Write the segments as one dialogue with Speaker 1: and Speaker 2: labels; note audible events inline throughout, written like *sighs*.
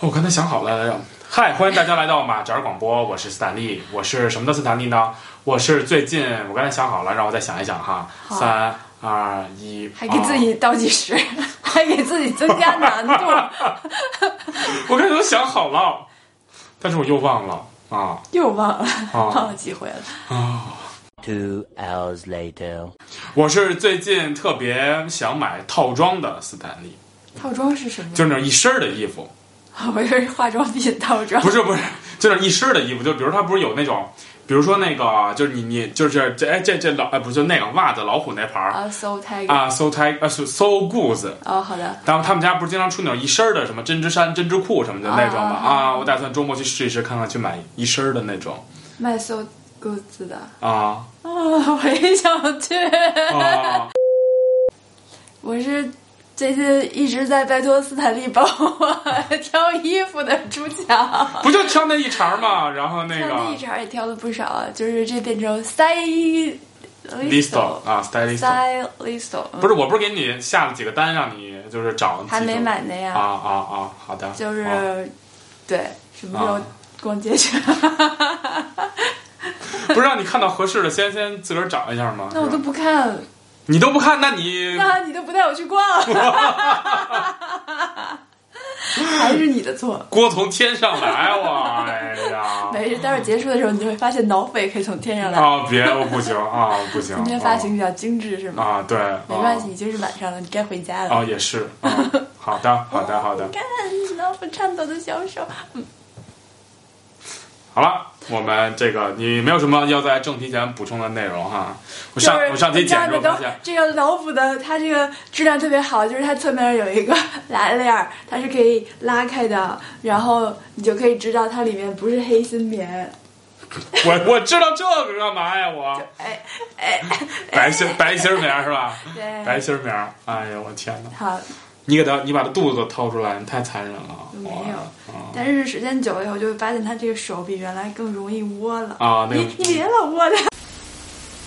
Speaker 1: 我哦刚才想好了，要嗨，欢迎大家来到马哲广播，我是斯坦利，我是什么的斯坦利呢？我是最近我刚才想好了，让我再想一想哈，
Speaker 2: 好
Speaker 1: 三二一，
Speaker 2: 还给自己倒计时，
Speaker 1: 哦
Speaker 2: 还给自己增加难度，
Speaker 1: *laughs* 啊，我刚才都想好了，但是我又忘了啊
Speaker 2: 又忘了，忘
Speaker 1: 啊！
Speaker 2: 了几回了。
Speaker 3: Two hours later.
Speaker 1: 我是最近特别想买套装的斯坦利，
Speaker 2: 套装是什么？
Speaker 1: 就是那种一身儿的衣服，
Speaker 2: 我以为是化妆品套装
Speaker 1: 不。是不是，就是一身儿的衣服，就比如它不是有那种。比如说那个，就是你你就是这哎这这老哎不是就那个袜子老虎那牌儿
Speaker 2: 啊，So Tiger。
Speaker 1: 啊，so tight 啊，so so goods，
Speaker 2: 哦，好的。
Speaker 1: 然后他们家不是经常出那种一身儿的什么针织衫、针织裤什么的那种吗？
Speaker 2: 啊
Speaker 1: 啊，我打算周末去试一试，看看去买一身儿的那种
Speaker 2: 卖 So Goods 的。啊、
Speaker 1: 啊
Speaker 2: *laughs* 我也想去。
Speaker 1: 啊！
Speaker 2: 哦我是最近一直在拜托斯坦利帮我挑衣服的主角。
Speaker 1: 不就挑那一茬儿嘛，然后那
Speaker 2: 挑那一
Speaker 1: 个
Speaker 2: 茬也挑了不少，啊就是这变成 stylist，stylist，
Speaker 1: listo 啊，stylist，不是，我不是给你下了几个单让你就是找，
Speaker 2: 嗯还没
Speaker 1: 记住
Speaker 2: 买那呀，
Speaker 1: 啊啊啊！好的，
Speaker 2: 就是、
Speaker 1: 啊
Speaker 2: 对什么时候
Speaker 1: 啊
Speaker 2: 逛
Speaker 1: *laughs*
Speaker 2: 街去？
Speaker 1: 不是让你看到合适的，先先自个儿找一下
Speaker 2: *laughs*
Speaker 1: 吗？
Speaker 2: 那我
Speaker 1: 是
Speaker 2: 都
Speaker 1: 吧
Speaker 2: 不看，
Speaker 1: 你都不看，那你
Speaker 2: 那你都不带我去逛，
Speaker 1: *laughs*
Speaker 2: *laughs* 还是你的错。
Speaker 1: 锅从天上来，我哎呀！
Speaker 2: *laughs* 没事，待会儿结束的时候，你就会发现脑匪可以从天上来。
Speaker 1: 啊，别，我不行啊，我不行。
Speaker 2: 今天发型比较精致是吗？
Speaker 1: 啊，对，啊
Speaker 2: 没关系，已经是晚上了，你该回家了。
Speaker 1: 哦，也是，嗯好的，好的，好的
Speaker 2: 你，看老虎颤抖的小手，
Speaker 1: 好了，我们这个你没有什么要在正题前补充的内容哈？我
Speaker 2: 就
Speaker 1: 上
Speaker 2: 是
Speaker 1: 我上期
Speaker 2: 这
Speaker 1: 剪
Speaker 2: 样
Speaker 1: 的时
Speaker 2: 的
Speaker 1: 候发
Speaker 2: 都
Speaker 1: 现，
Speaker 2: 这个老虎的它这个质量特别好，就是它侧面有一个 *laughs* 拉链儿，它是可以拉开的，然后你就可以知道它里面不是黑心棉。
Speaker 1: 我我知道这个干嘛呀？我
Speaker 2: 哎哎，
Speaker 1: 白心白心棉儿是吧？
Speaker 2: 对，
Speaker 1: 白哦心棉儿，哎呀，我天哪！
Speaker 2: 好，
Speaker 1: 你给他，你把他肚子都掏出来，你太残忍了。
Speaker 2: 没
Speaker 1: 哇
Speaker 2: 有但是时间久了以后，就会发现它这个手比原来更容易窝了。
Speaker 1: 啊，那
Speaker 2: 你
Speaker 1: 个
Speaker 2: 你别老窝它，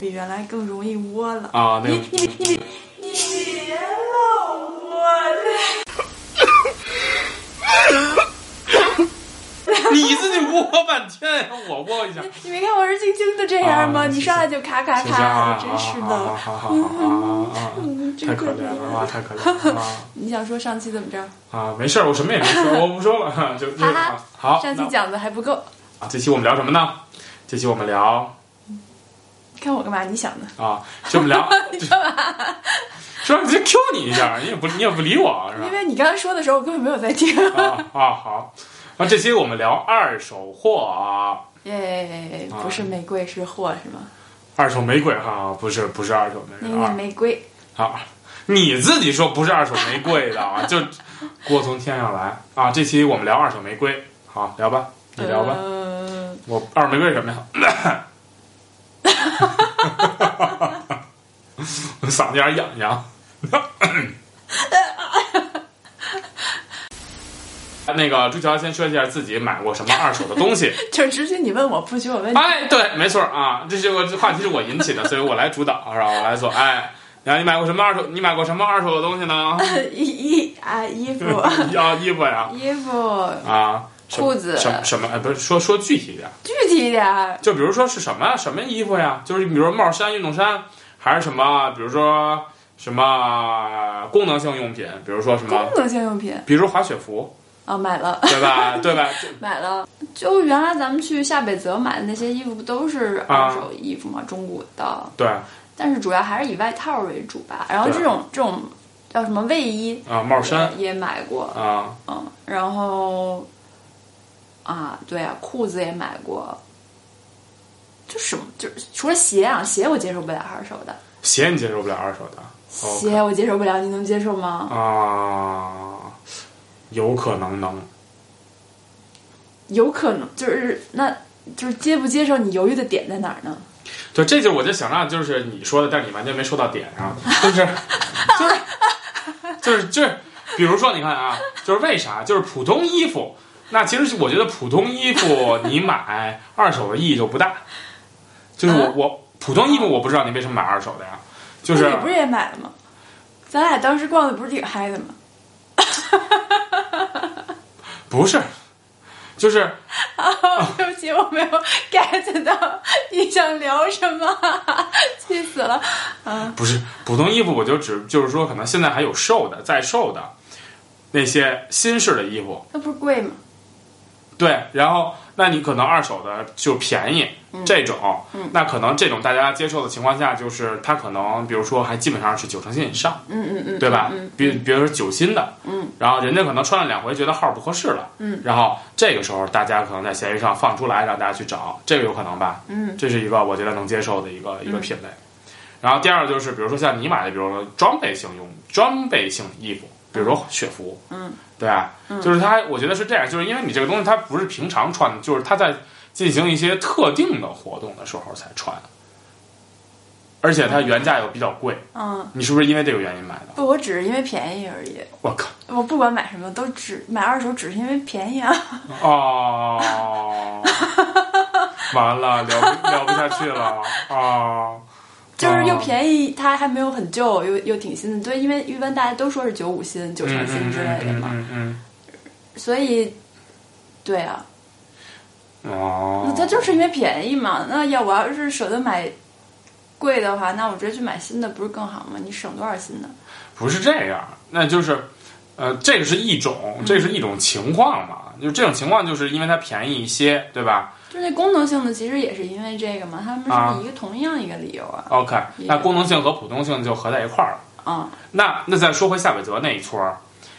Speaker 2: 比原来更容易窝了。
Speaker 1: 啊，那
Speaker 2: 你
Speaker 1: 个
Speaker 2: 你你你你别老窝它， *laughs*
Speaker 1: 你自己窝半天，我窝一下。
Speaker 2: 你没看我是轻轻的这样吗？
Speaker 1: 啊
Speaker 2: 你上来就咔咔
Speaker 1: 行行啊
Speaker 2: 咔，，真是的。
Speaker 1: 好好好好啊啊！太可怜了啊，太可怜了啊！
Speaker 2: 你想说上期怎么着？
Speaker 1: 啊，没事儿，我什么也没说，我不说了，哈就就啊
Speaker 2: 哈哈
Speaker 1: 好。
Speaker 2: 上期
Speaker 1: 那
Speaker 2: 讲的还不够，
Speaker 1: 啊，这期我们聊什么呢？这期我们聊
Speaker 2: 看我干嘛？你想的，
Speaker 1: 啊，这我们
Speaker 2: *laughs*
Speaker 1: 聊说就 Q 你一下，你也不你也不理我是吧？
Speaker 2: 因为你刚刚说的时候，我根本没有
Speaker 1: *laughs*
Speaker 2: 在听。
Speaker 1: 啊啊好，啊这期我们聊二手货，啊
Speaker 2: 耶，不是玫瑰是货是吗？
Speaker 1: 二手玫瑰哈、不是不是二手玫
Speaker 2: 那个
Speaker 1: 瑰啊
Speaker 2: 玫瑰，
Speaker 1: 啊，你自己说不是二手玫瑰的啊，就锅从天上来啊！这期我们聊二手玫瑰，好聊吧，你聊吧，
Speaker 2: 呃 *laughs*
Speaker 1: 我二手玫瑰是什么呀？我嗓子眼儿痒痒。那个朱乔先说一下自己买过什么二手的东西。
Speaker 2: 就是只许你问我，不许我问你。
Speaker 1: 哎，对，没错啊，这是我这话题是我引起的，所以我来主导，是吧？我来做。哎，然后你买过什么二手？你买过什么二手的东西呢？ *laughs*
Speaker 2: 衣衣啊，衣服，
Speaker 1: 啊，衣服呀，
Speaker 2: 衣服，
Speaker 1: 啊，什么
Speaker 2: 裤子
Speaker 1: 什么什么？哎，不是说说具体一点，
Speaker 2: 具体一点儿。
Speaker 1: 就比如说是什么啊什么衣服呀？就是比如说帽衫、运动衫，还是什么？啊比如说什么功能性用品，比如说什
Speaker 2: 功
Speaker 1: 么，
Speaker 2: 能性用品
Speaker 1: 比如说滑雪服，
Speaker 2: 啊，买了，
Speaker 1: 对吧？对吧？这
Speaker 2: 买了。就原来咱们去下北泽买的那些衣服，不都是
Speaker 1: 啊
Speaker 2: 二手衣服嘛，中古的。
Speaker 1: 对
Speaker 2: 但是主要还是以外套为主吧。然后
Speaker 1: 对
Speaker 2: 这种这种叫什么卫衣，
Speaker 1: 啊，帽衫
Speaker 2: 也买过，
Speaker 1: 啊，
Speaker 2: 嗯，然后啊，对啊，裤子也买过，就什么就是除了鞋啊，鞋我接受不了二手的，
Speaker 1: 鞋你接受不了二手的，哦
Speaker 2: 鞋我接受不了，你能接受吗？
Speaker 1: 啊，有可能能。
Speaker 2: 有可能就是那就是接不接受，你犹豫的点在哪儿呢？
Speaker 1: 对，这就是我就想让，就是你说的，但是你完全没说到点上，就是 *laughs* 就是就是就是，比如说你看啊，就是为啥？就是普通衣服，那其实是我觉得普通衣服你买二手的意义就不大，就是我我普通衣服我不知道你为什么买二手的呀，就
Speaker 2: 嗯那
Speaker 1: 是啊
Speaker 2: 你不是也买了吗？咱俩当时逛的不是挺嗨的吗？
Speaker 1: 不是，就是啊
Speaker 2: *laughs* 对不起，我没有 get 到你想聊什么， *laughs* 气死了。
Speaker 1: 不是普通衣服，我就只就是说，可能现在还有售的，在售的那些新式的衣服，
Speaker 2: 那不是贵吗？
Speaker 1: 对，然后那你可能二手的就便宜，
Speaker 2: 嗯
Speaker 1: 这种，那可能这种大家接受的情况下，就是它可能比如说还基本上是九成新以上，
Speaker 2: 嗯嗯嗯，
Speaker 1: 对吧？
Speaker 2: 嗯
Speaker 1: 比比如说九新的，
Speaker 2: 嗯，
Speaker 1: 然后人家可能穿了两回觉得号不合适了，
Speaker 2: 嗯，
Speaker 1: 然后这个时候大家可能在闲鱼上放出来让大家去找，这个有可能吧？
Speaker 2: 嗯，
Speaker 1: 这是一个我觉得能接受的一个一个品类。然后第二个就是，比如说像你买的，比如说装备性用装备性衣服，比如说雪服，
Speaker 2: 嗯，
Speaker 1: 对吧？就是它，我觉得是这样，就是因为你这个东西它不是平常穿的，就是它在进行一些特定的活动的时候才穿，而且它原价又比较贵，
Speaker 2: 嗯，
Speaker 1: 你是不是因为这个原因买的？
Speaker 2: 不，我只是因为便宜而已。
Speaker 1: 我靠！
Speaker 2: 我不管买什么都只买二手，只是因为便宜啊。
Speaker 1: 哦，完了，聊不聊不下去了哦，
Speaker 2: *laughs* 就是又
Speaker 1: 哦
Speaker 2: 便宜，它还没有很旧，又又挺新的。对，因为一般大家都说是九五新、九成新之类的嘛，
Speaker 1: 嗯嗯
Speaker 2: 所以，对啊，
Speaker 1: 嗯嗯哦
Speaker 2: 那，它就是因为便宜嘛。那要我要是舍得买贵的话，那我直接去买新的，不是更好吗？你省多少新的？
Speaker 1: 不是这样，那就是，呃，这个是一种，这是一种情况嘛，就是这种情况，就是因为它便宜一些，对吧
Speaker 2: 就是那功能性的，其实也是因为这个嘛，他们
Speaker 1: 啊
Speaker 2: 是一个同样一个理由啊。
Speaker 1: ？OK，
Speaker 2: 也
Speaker 1: 那功能性和普通性就合在一块儿了。
Speaker 2: 啊、
Speaker 1: 那那再说回夏北泽那一撮儿，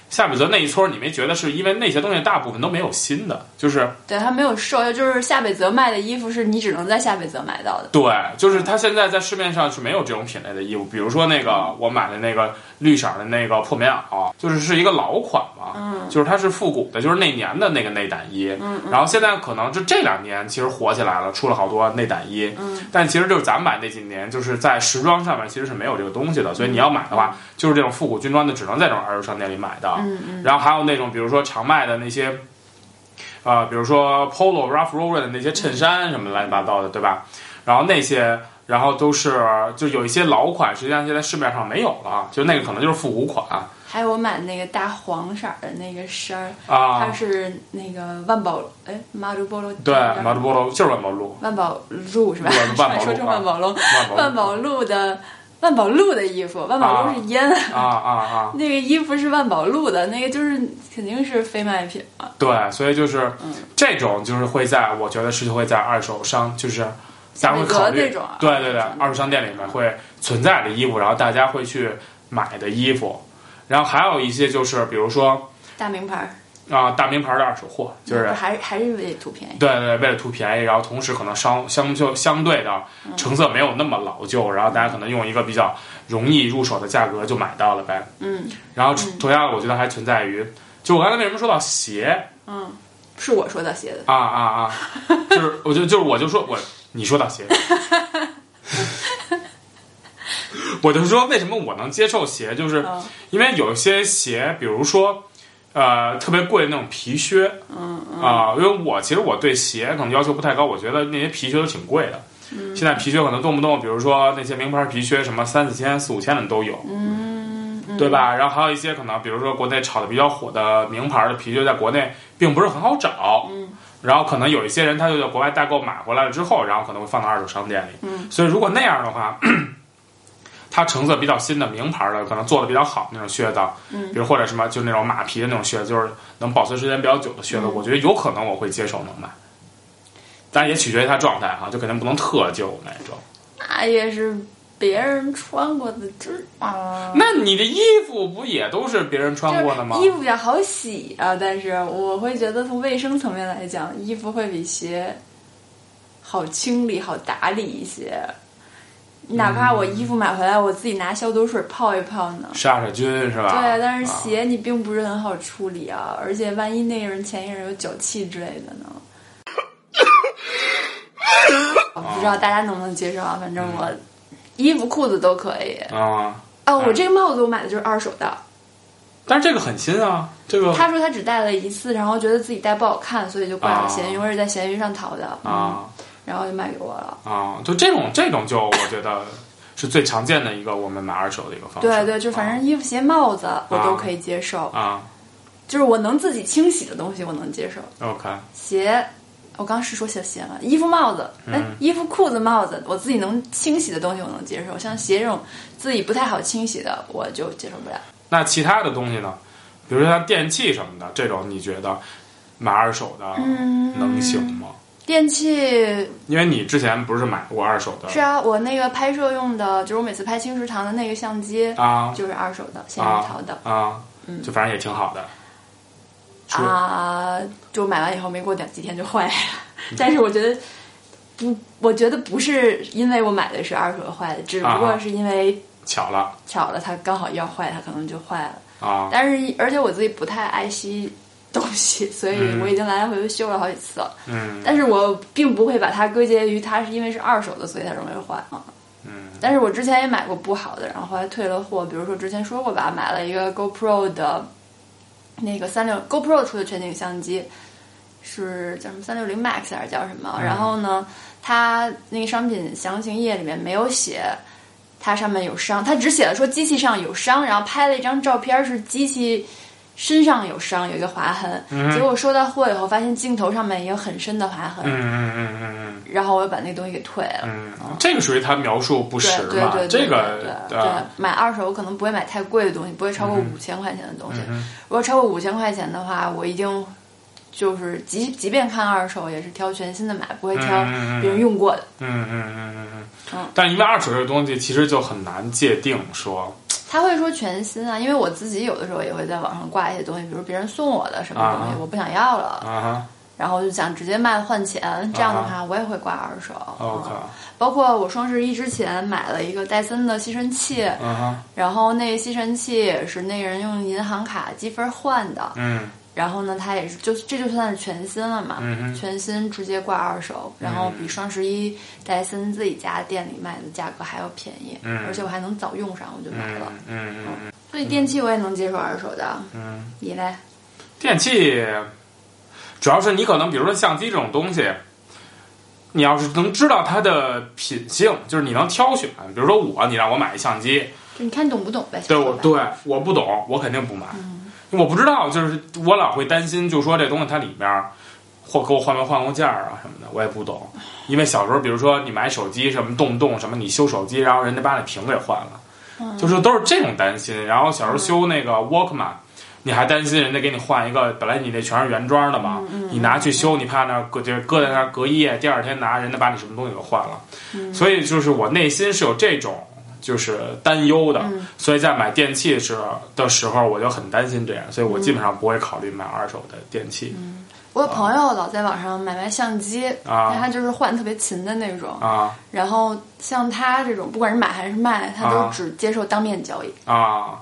Speaker 1: 夏北泽那一撮儿，你没觉得是因为那些东西大部分都没有新的，就是
Speaker 2: 对，它没有售，就是夏北泽卖的衣服是你只能在夏北泽买到的。
Speaker 1: 对，就是它现在在市面上是没有这种品类的衣服，比如说那个我买的那个绿色的那个破棉袄，啊就是是一个老款嘛，
Speaker 2: 嗯
Speaker 1: 就是它是复古的，就是那年的那个内胆衣，
Speaker 2: 嗯
Speaker 1: 然后现在可能就这两年其实火起来了，出了好多内胆衣，
Speaker 2: 嗯
Speaker 1: 但其实就是咱买那几年，就是在时装上面其实是没有这个东西的，所以你要买的话，就是这种复古军装的，只能在这种二手商店里买的，
Speaker 2: 嗯嗯，
Speaker 1: 然后还有那种比如说常卖的那些，啊、比如说 Polo、Ralph Lauren 的那些衬衫什么乱七八糟的，对吧？然后那些，然后都是就有一些老款，实际上现在市面上没有了，就那个可能就是复古款啊
Speaker 2: 还有我买那个大黄色儿的那个衫儿。它
Speaker 1: 啊。
Speaker 2: 是那个万宝哎马鲁波罗
Speaker 1: 对，马杜波罗就是万宝路，
Speaker 2: 万宝路是吧？
Speaker 1: 对万宝路啊
Speaker 2: *laughs* 说成万宝路，
Speaker 1: 万宝
Speaker 2: 万
Speaker 1: 路
Speaker 2: 宝路的万宝路的衣服，万宝路是烟，
Speaker 1: 啊啊啊！
Speaker 2: 那个衣服是万宝路的，那个就是肯定是非卖品啊嘛。
Speaker 1: 对，所以就是
Speaker 2: 嗯
Speaker 1: 这种就是会在，我觉得是会在二手商，就是咱会考虑
Speaker 2: 像美国那种啊
Speaker 1: 对对对
Speaker 2: 二手商，
Speaker 1: 二手商店里面会存在的衣服，然后大家会去买的衣服，然后还有一些就是比如说
Speaker 2: 大名牌儿，
Speaker 1: 啊、大名牌的二手货，就是
Speaker 2: 还还是为图便宜。
Speaker 1: 对对，为了图便宜，然后同时可能相相就相对的
Speaker 2: 嗯
Speaker 1: 成色没有那么老旧，然后大家可能用一个比较容易入手的价格就买到了呗。
Speaker 2: 嗯
Speaker 1: 然后同样，我觉得还存在于，就我刚才为什么说到鞋
Speaker 2: 嗯，是我说到鞋的，
Speaker 1: 啊啊啊，就是我就就是我就说我你说到鞋，
Speaker 2: *laughs*
Speaker 1: 我就说为什么我能接受鞋，就是
Speaker 2: 嗯
Speaker 1: 因为有一些鞋，比如说呃特别贵的那种皮靴，
Speaker 2: 嗯嗯
Speaker 1: 啊、因为我其实我对鞋可能要求不太高，我觉得那些皮靴都挺贵的。
Speaker 2: 嗯
Speaker 1: 现在皮靴可能动不动，比如说那些名牌皮靴，什么三四千、四五千的都有，
Speaker 2: 嗯嗯，
Speaker 1: 对吧？然后还有一些可能，比如说国内炒的比较火的名牌的皮靴，在国内并不是很好找。
Speaker 2: 嗯。
Speaker 1: 然后可能有一些人他就在国外代购买回来了之后，然后可能会放到二手商店里。
Speaker 2: 嗯。
Speaker 1: 所以如果那样的话， *clears throat* 它成色比较新的名牌的，可能做的比较好那种靴子，啊
Speaker 2: 嗯
Speaker 1: 比如或者什么就是那种马皮的那种靴，就是能保存时间比较久的靴子，
Speaker 2: 嗯
Speaker 1: 我觉得有可能我会接受能买。但也取决于它状态哈，就肯定不
Speaker 2: 嗯
Speaker 1: 能特旧那种。
Speaker 2: 那也是别人穿过的，就是啊。
Speaker 1: 那你的衣服不也都是别人穿过的吗
Speaker 2: 就？是衣服比较好洗啊，但是我会觉得从卫生层面来讲，衣服会比鞋好清理、好打理一些。哪怕我衣服买回来，我自己拿消毒水泡一泡呢。
Speaker 1: 杀杀菌是吧？
Speaker 2: 对，但是
Speaker 1: 啊
Speaker 2: 鞋你并不是很好处理啊，而且万一那个人前一个人有脚气之类的
Speaker 1: *laughs*
Speaker 2: 呢？我不知道大家能不能接受啊，反
Speaker 1: 嗯
Speaker 2: 正我衣服、裤子都可以。
Speaker 1: 啊，
Speaker 2: 啊，我这个帽子我买的就是二手的，
Speaker 1: 但是这个很新啊，这个
Speaker 2: 他说他只戴了一次，然后觉得自己戴不好看，所以就挂了闲鱼，我是在闲鱼上淘的，嗯
Speaker 1: 啊
Speaker 2: 然后就卖给我了。
Speaker 1: 啊，就这种这种就我觉得是最常见的哦一个我们买二手的一个方式。
Speaker 2: 对对，就反正衣服、鞋、帽子我都可以接受，
Speaker 1: 啊
Speaker 2: 就是我能自己清洗的东西，我能接受。
Speaker 1: OK，
Speaker 2: 鞋，我刚是说鞋鞋嘛，衣服、帽子，哎、
Speaker 1: 嗯
Speaker 2: 衣服、裤子、帽子，我自己能清洗的东西我能接受，像鞋这种自己不太好清洗的，我就接受不了。
Speaker 1: 那其他的东西呢？比如说像电器什么的，这种你觉得买二手的
Speaker 2: 嗯
Speaker 1: 能行吗？
Speaker 2: 电器
Speaker 1: 因为你之前不是买过二手的
Speaker 2: 是啊，我那个拍摄用的，就是我每次拍青石堂的那个相机，
Speaker 1: 啊
Speaker 2: 就是二手的，现成淘
Speaker 1: 啊
Speaker 2: 的嗯
Speaker 1: 啊，就反正也挺好的。是
Speaker 2: 啊，就买完以后没过两几天就坏了。 *laughs* 但是我觉得不，我觉得不是因为我买的是二手的坏的，只不
Speaker 1: 啊
Speaker 2: 过
Speaker 1: 啊
Speaker 2: 是因为
Speaker 1: 巧了
Speaker 2: 巧了，它刚好要坏，它可能就坏了。
Speaker 1: 啊，
Speaker 2: 但是而且我自己不太爱惜东西，所以
Speaker 1: 嗯
Speaker 2: 我已经来来回回修了好几次了。
Speaker 1: 嗯
Speaker 2: 但是我并不会把它归结于它是因为是二手的，所以它容易坏啊。
Speaker 1: 嗯
Speaker 2: 但是我之前也买过不好的，然后后来退了货。比如说之前说过吧，买了一个 GoPro 的那个三六 GoPro 出的全景相机，是叫什么三六零 Max 还是叫什
Speaker 1: 嗯
Speaker 2: 么？然后呢，它那个商品详情页里面没有写。它上面有伤，它只写了说机器上有伤，然后拍了一张照片是机器身上有伤，有一个划痕。
Speaker 1: 嗯
Speaker 2: 结果收到货以后，发现镜头上面也有很深的划痕，
Speaker 1: 嗯嗯嗯嗯
Speaker 2: 然后我又把那东西给退了。
Speaker 1: 嗯嗯，这个属于他描述不实
Speaker 2: 哦对
Speaker 1: 嘛？
Speaker 2: 对对对
Speaker 1: 这
Speaker 2: 对
Speaker 1: 个
Speaker 2: 对
Speaker 1: 啊嗯
Speaker 2: 买二手我可能不会买太贵的东西，不会超过五千块钱的东西。如果超过五千块钱的话，我一定就是即即便看二手，也是挑全新的买，不会挑
Speaker 1: 嗯嗯嗯
Speaker 2: 别人用过的。
Speaker 1: 嗯嗯嗯嗯嗯
Speaker 2: 嗯，
Speaker 1: 但因为二手这个东西其实就很难界定说
Speaker 2: 他会说全新啊，因为我自己有的时候也会在网上挂一些东西，比如别人送我的什么东
Speaker 1: 啊
Speaker 2: 西，我不想要了，
Speaker 1: 啊哈
Speaker 2: 然后我就想直接卖换钱。这样的话，我也会挂二手。
Speaker 1: 啊哦，OK
Speaker 2: 嗯包括我双十一之前买了一个戴森的吸尘器，
Speaker 1: 啊哈，
Speaker 2: 然后那个吸尘器也是那个人用银行卡积分换的，
Speaker 1: 嗯
Speaker 2: 然后呢，它也是就这就算是全新了嘛，
Speaker 1: 嗯哼
Speaker 2: 全新直接挂二手，然后比双十一戴森自己家店里卖的价格还要便宜，
Speaker 1: 嗯
Speaker 2: 而且我还能早用上，我就买了。
Speaker 1: 嗯嗯嗯
Speaker 2: 所以电器我也能接受二手的，
Speaker 1: 嗯。
Speaker 2: 你嘞？
Speaker 1: 电器主要是你可能，比如说相机这种东西，你要是能知道它的品性，就是你能挑选。比如说我，你让我买一相机，
Speaker 2: 就你看懂不懂呗？
Speaker 1: 对
Speaker 2: 说
Speaker 1: 我
Speaker 2: 白
Speaker 1: 对我不懂，我肯定不买，因为我不知道，就是我老会担心，就说这东西它里面儿或给我换没换过件儿啊什么的，我也不懂。因为小时候，比如说你买手机什么，动不动什么你修手机，然后人家把你屏给换了，就是都是这种担心。然后小时候修那个 Walkman。你还担心人家给你换一个，本来你那全是原装的嘛，你拿去修，你怕那儿搁就是搁在那儿隔夜，第二天拿人家把你什么东西给换了，所以就是我内心是有这种就是担忧的，
Speaker 2: 嗯
Speaker 1: 所以在买电器时的时候，我就很担心这样，所以我基本上不会考虑买二手的电器、
Speaker 2: 我有朋友老在网上买卖相机，
Speaker 1: 啊
Speaker 2: 但他就是换特别勤的那种，
Speaker 1: 啊
Speaker 2: 然后像他这种，不管是买还是卖，他
Speaker 1: 啊
Speaker 2: 都只接受当面交易。
Speaker 1: 啊。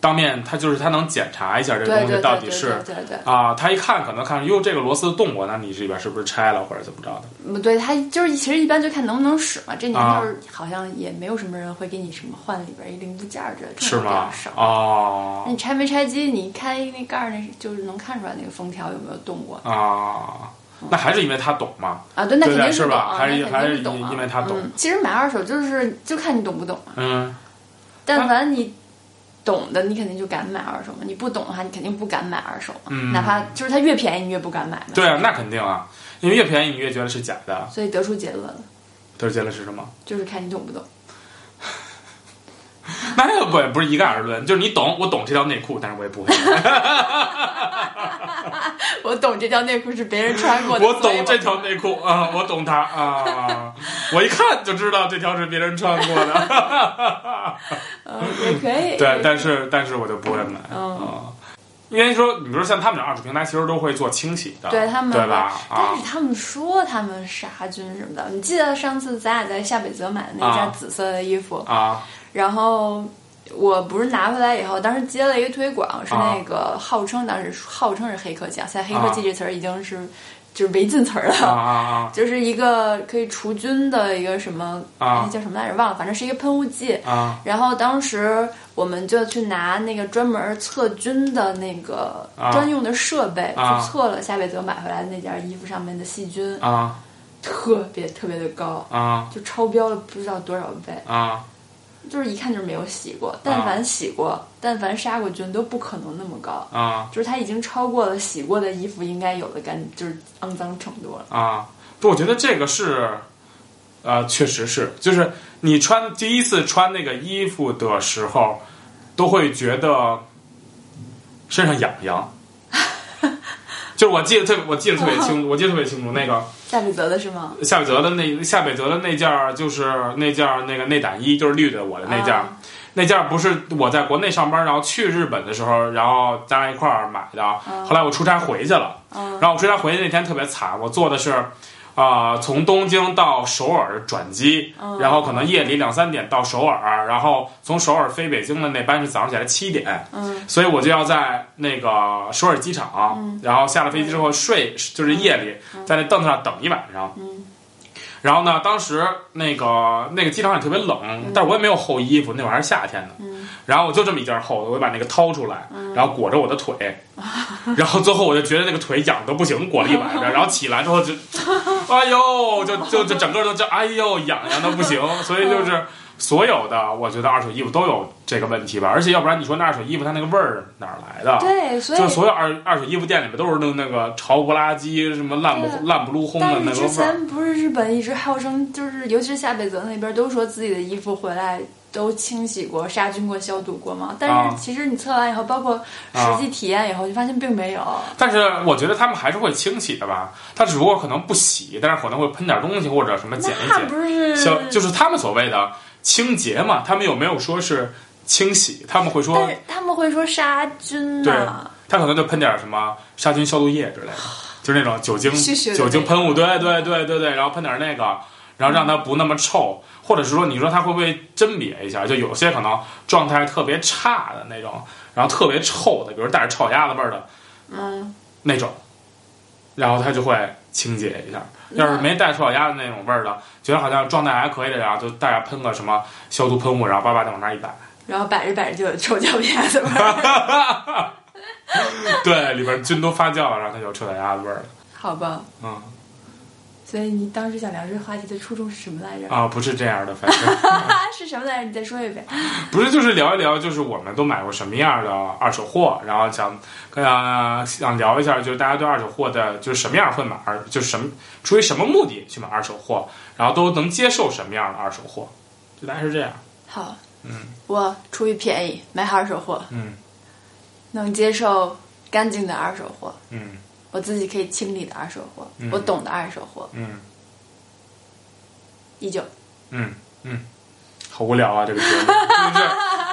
Speaker 1: 当面他就是他能检查一下这
Speaker 2: 对
Speaker 1: 东西
Speaker 2: 对对
Speaker 1: 到
Speaker 2: 对
Speaker 1: 底
Speaker 2: 对
Speaker 1: 是
Speaker 2: 对对对。
Speaker 1: 啊，他一看可能看哟这个螺丝动过，那你这边是不是拆了或者怎么着的？
Speaker 2: 嗯，对，他就是其实一般就看能不能使嘛。这年
Speaker 1: 啊
Speaker 2: 头儿好像也没有什么人会给你什么换里边儿一零部件儿之类的，这
Speaker 1: 是
Speaker 2: 种比较
Speaker 1: 吗？
Speaker 2: 少。那
Speaker 1: 哦
Speaker 2: 你拆没拆机，你开那盖儿，那是就是能看出来那个封条有没有动过
Speaker 1: 啊，那还是因为他懂嘛？
Speaker 2: 啊？对，那
Speaker 1: 对
Speaker 2: 肯定
Speaker 1: 是
Speaker 2: 懂
Speaker 1: 吧
Speaker 2: 啊，
Speaker 1: 还是
Speaker 2: 那肯定
Speaker 1: 还是
Speaker 2: 懂啊
Speaker 1: 因为他懂
Speaker 2: 嗯其实买二手就是就看你懂不懂啊。
Speaker 1: 嗯
Speaker 2: 但凡你懂的，你肯定就敢买二手嘛。你不懂的话，你肯定不敢买二手嘛。
Speaker 1: 嗯
Speaker 2: 哪怕就是它越便宜，你越不敢买嘛。
Speaker 1: 对啊，那肯定啊，因为越便宜你越觉得是假的。
Speaker 2: 所以得出结论了，
Speaker 1: 得出结论是什么？
Speaker 2: 就是看你懂不懂。 *laughs*
Speaker 1: 那这个不不是一概而论，就是你懂，我懂这条内裤，但是我也不会买。
Speaker 2: 我懂这条内裤是别人穿过
Speaker 1: *laughs*
Speaker 2: 的，
Speaker 1: 我
Speaker 2: 所以
Speaker 1: 懂这条内裤啊、我懂它
Speaker 2: *laughs*
Speaker 1: 啊，我一看就知道这条是别人穿过的。
Speaker 2: 嗯，也可以。
Speaker 1: 对，但是但是我就不会买啊、
Speaker 2: 嗯
Speaker 1: 因为说你比如像他们这种二手平台，其实都会做清洗的，
Speaker 2: 对他们
Speaker 1: 对吧？啊
Speaker 2: 但是他们说他们杀菌什么的，你记得上次咱俩在夏北泽买的那件
Speaker 1: 啊
Speaker 2: 紫色的衣服，
Speaker 1: 啊
Speaker 2: 然后我不是拿回来以后，当时接了一个推广，是
Speaker 1: 啊
Speaker 2: 那个号称当时号称是黑科技，啊，现在黑科技
Speaker 1: 啊
Speaker 2: 这词儿已经是、就是违禁词儿
Speaker 1: 啊
Speaker 2: 了。
Speaker 1: 啊
Speaker 2: *laughs* 就是一个可以除菌的一个什么，
Speaker 1: 啊
Speaker 2: 哎叫什么来着？忘了，反正是一个喷雾剂。
Speaker 1: 啊啊
Speaker 2: 然后当时我们就去拿那个专门测菌的那个
Speaker 1: 啊
Speaker 2: 专用的设备，
Speaker 1: 啊
Speaker 2: 去测了夏贝泽买回来的那件衣服上面的细菌，
Speaker 1: 啊
Speaker 2: 特别特别的高，
Speaker 1: 啊
Speaker 2: 就超标了不知道多少倍。
Speaker 1: 啊！
Speaker 2: 就是一看就是没有洗过，但凡洗过，但凡杀过菌都不可能那么高，
Speaker 1: 啊
Speaker 2: 就是它已经超过了洗过的衣服应该有的干，就是肮脏程度了。
Speaker 1: 啊！不，我觉得这个是，呃，确实是，就是你穿第一次穿那个衣服的时候，都会觉得身上痒痒。就是我记得特别，我记得特别清楚，我记得特别清楚那个。
Speaker 2: 夏彼泽的是吗？
Speaker 1: 夏北泽的那夏北泽的那件儿就是那件儿那个内胆衣，就是绿的我的那件儿，
Speaker 2: 啊
Speaker 1: 那件儿不是我在国内上班，然后去日本的时候，然后咱俩一块儿买的。后来我出差回去了，然后我出差回去那天特别惨，我坐的是。啊、从东京到首尔转机，然后可能夜里两三点到首尔，然后从首尔飞北京的那班是早上起来七点，
Speaker 2: 嗯
Speaker 1: 所以我就要在那个首尔机场，然后下了飞机之后睡，就是夜里、在那凳子上等一晚上。
Speaker 2: 嗯
Speaker 1: 然后呢，当时那个那个机场也特别冷，但是我也没有厚衣服，那会儿还是夏天呢。
Speaker 2: 嗯
Speaker 1: 然后我就这么一件厚的，我就把那个掏出来，然后裹着我的
Speaker 2: *laughs*
Speaker 1: 腿，然后最后我就觉得那个腿痒的不行，裹了一
Speaker 2: *laughs*
Speaker 1: 晚上，然后起来之后就，哎呦，就就就整个都就哎呦痒痒的不
Speaker 2: *laughs*
Speaker 1: 行，所以
Speaker 2: 嗯
Speaker 1: 就是所有的我觉得二手衣服都有这个问题吧，而且要不然你说那二手衣服它那个味儿哪儿来的？
Speaker 2: 对，所以
Speaker 1: 啊就所有二二手衣服店里面都是那那个潮不拉几、什么烂不
Speaker 2: 对
Speaker 1: 烂不噜烘的
Speaker 2: 但
Speaker 1: 那
Speaker 2: 是
Speaker 1: 个
Speaker 2: 之
Speaker 1: 味儿。
Speaker 2: 前不是日本一直号称，就是尤其是夏北泽那边，都说自己的衣服回来都清洗过、杀菌过、消毒过嘛。但
Speaker 1: 啊
Speaker 2: 是其实你测完以后，包括实际体验以后，就发现并没有。
Speaker 1: 但是我觉得他们还是会清洗的吧，他只不过可能不洗，但是可能会喷点东西或者什么剪一
Speaker 2: 那
Speaker 1: 剪，
Speaker 2: 不是
Speaker 1: 消就是他们所谓的清洁嘛，他们有没有说是清洗？他们会说
Speaker 2: 但是他们会说杀菌
Speaker 1: 对
Speaker 2: 呐、
Speaker 1: 他可能就喷点什么杀菌消毒液
Speaker 2: *sighs*
Speaker 1: 之类的，就是那种酒精
Speaker 2: 嘘嘘的
Speaker 1: 酒精
Speaker 2: 那种
Speaker 1: 喷雾，对对对对对，然后喷点那个，然后让它不那么臭，或者是说你说它会不会甄别一下？就有些可能状态特别差的那种，然后特别臭的，比如带着臭鸭子味儿的
Speaker 2: 嗯，
Speaker 1: 那种，然后它就会清洁一下。要是没带臭鸭子那种味儿的，觉得好像状态还可以的，然后就大家喷个什么消毒喷雾，然后叭叭就往那儿一 *laughs* 摆，
Speaker 2: 然后摆着摆着就有臭脚丫子
Speaker 1: *laughs*
Speaker 2: 味儿，
Speaker 1: 对，里边菌都发酵了，然后它就有臭脚丫子味儿了。
Speaker 2: 好吧？
Speaker 1: 嗯
Speaker 2: 所以你当时想聊这个话题的初衷是什么来着？
Speaker 1: 啊，不是这样的，反正。
Speaker 2: 啊，是什么来着？你再说一遍。
Speaker 1: 不是，就是聊一聊，就是我们都买过什么样的二手货，然后想跟啊、想聊一下，就是大家对二手货的，就是什么样会买，就是什么出于什么目的去买二手货，然后都能接受什么样的二手货，就大概是这样。
Speaker 2: 好，嗯，我出于便宜买二手货，
Speaker 1: 嗯
Speaker 2: 能接受干净的二手货，
Speaker 1: 嗯
Speaker 2: 我自己可以清理的二手货，
Speaker 1: 嗯
Speaker 2: 我懂的二手货，
Speaker 1: 嗯
Speaker 2: 依旧。
Speaker 1: 嗯嗯，好无聊啊，这个节
Speaker 2: *laughs*
Speaker 1: 目，就是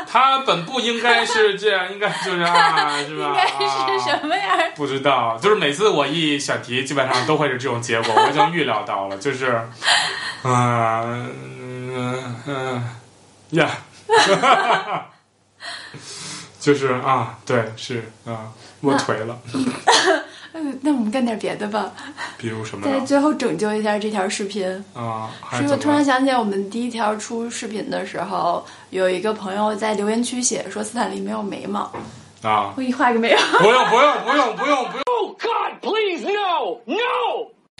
Speaker 1: 它本不应该是这样，应该就是啊，是吧？
Speaker 2: *laughs* 应该是
Speaker 1: 啊
Speaker 2: 什么样儿？
Speaker 1: 不知道，就是每次我一选题，基本上都会是这种结果，我已经预料到了，
Speaker 2: *laughs*
Speaker 1: 就是，嗯嗯嗯呀， *laughs* 就是啊，对，是啊，我颓
Speaker 2: *laughs*
Speaker 1: 了，
Speaker 2: 嗯， *laughs* 那我们干点别的吧。
Speaker 1: 比如什么
Speaker 2: 在
Speaker 1: 呢？
Speaker 2: 最后拯救一下这条视频。
Speaker 1: 嗯啊，还
Speaker 2: 是
Speaker 1: 有
Speaker 2: 我
Speaker 1: 怎
Speaker 2: 突
Speaker 1: 么
Speaker 2: 然
Speaker 1: 了？
Speaker 2: 想起来，我们第一条出视频的时候，有一个朋友在留言区写说斯坦利没有眉毛， *laughs*
Speaker 1: 啊，
Speaker 2: 我给你画个眉毛。
Speaker 1: 不用不用不用不用不用，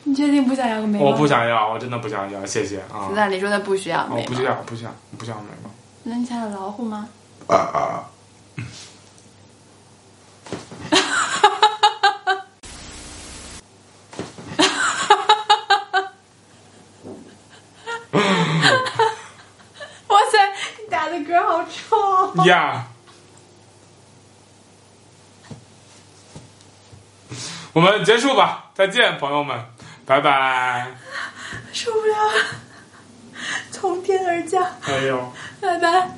Speaker 2: 你确定不想要个眉毛？
Speaker 1: 我不。想要，我真的不想要，谢谢啊
Speaker 2: 斯，坦利说他不需要
Speaker 1: 我
Speaker 2: 眉
Speaker 1: 哦不
Speaker 2: 毛。
Speaker 1: 想不想不想买了。
Speaker 2: 那你想要老虎吗？ *laughs* 哇塞，你打的嗝好臭！
Speaker 1: 呀。我们结束吧，再见，朋友们，拜拜。
Speaker 2: *laughs* 受不了，从天而降，
Speaker 1: 哎呦。
Speaker 2: 拜拜。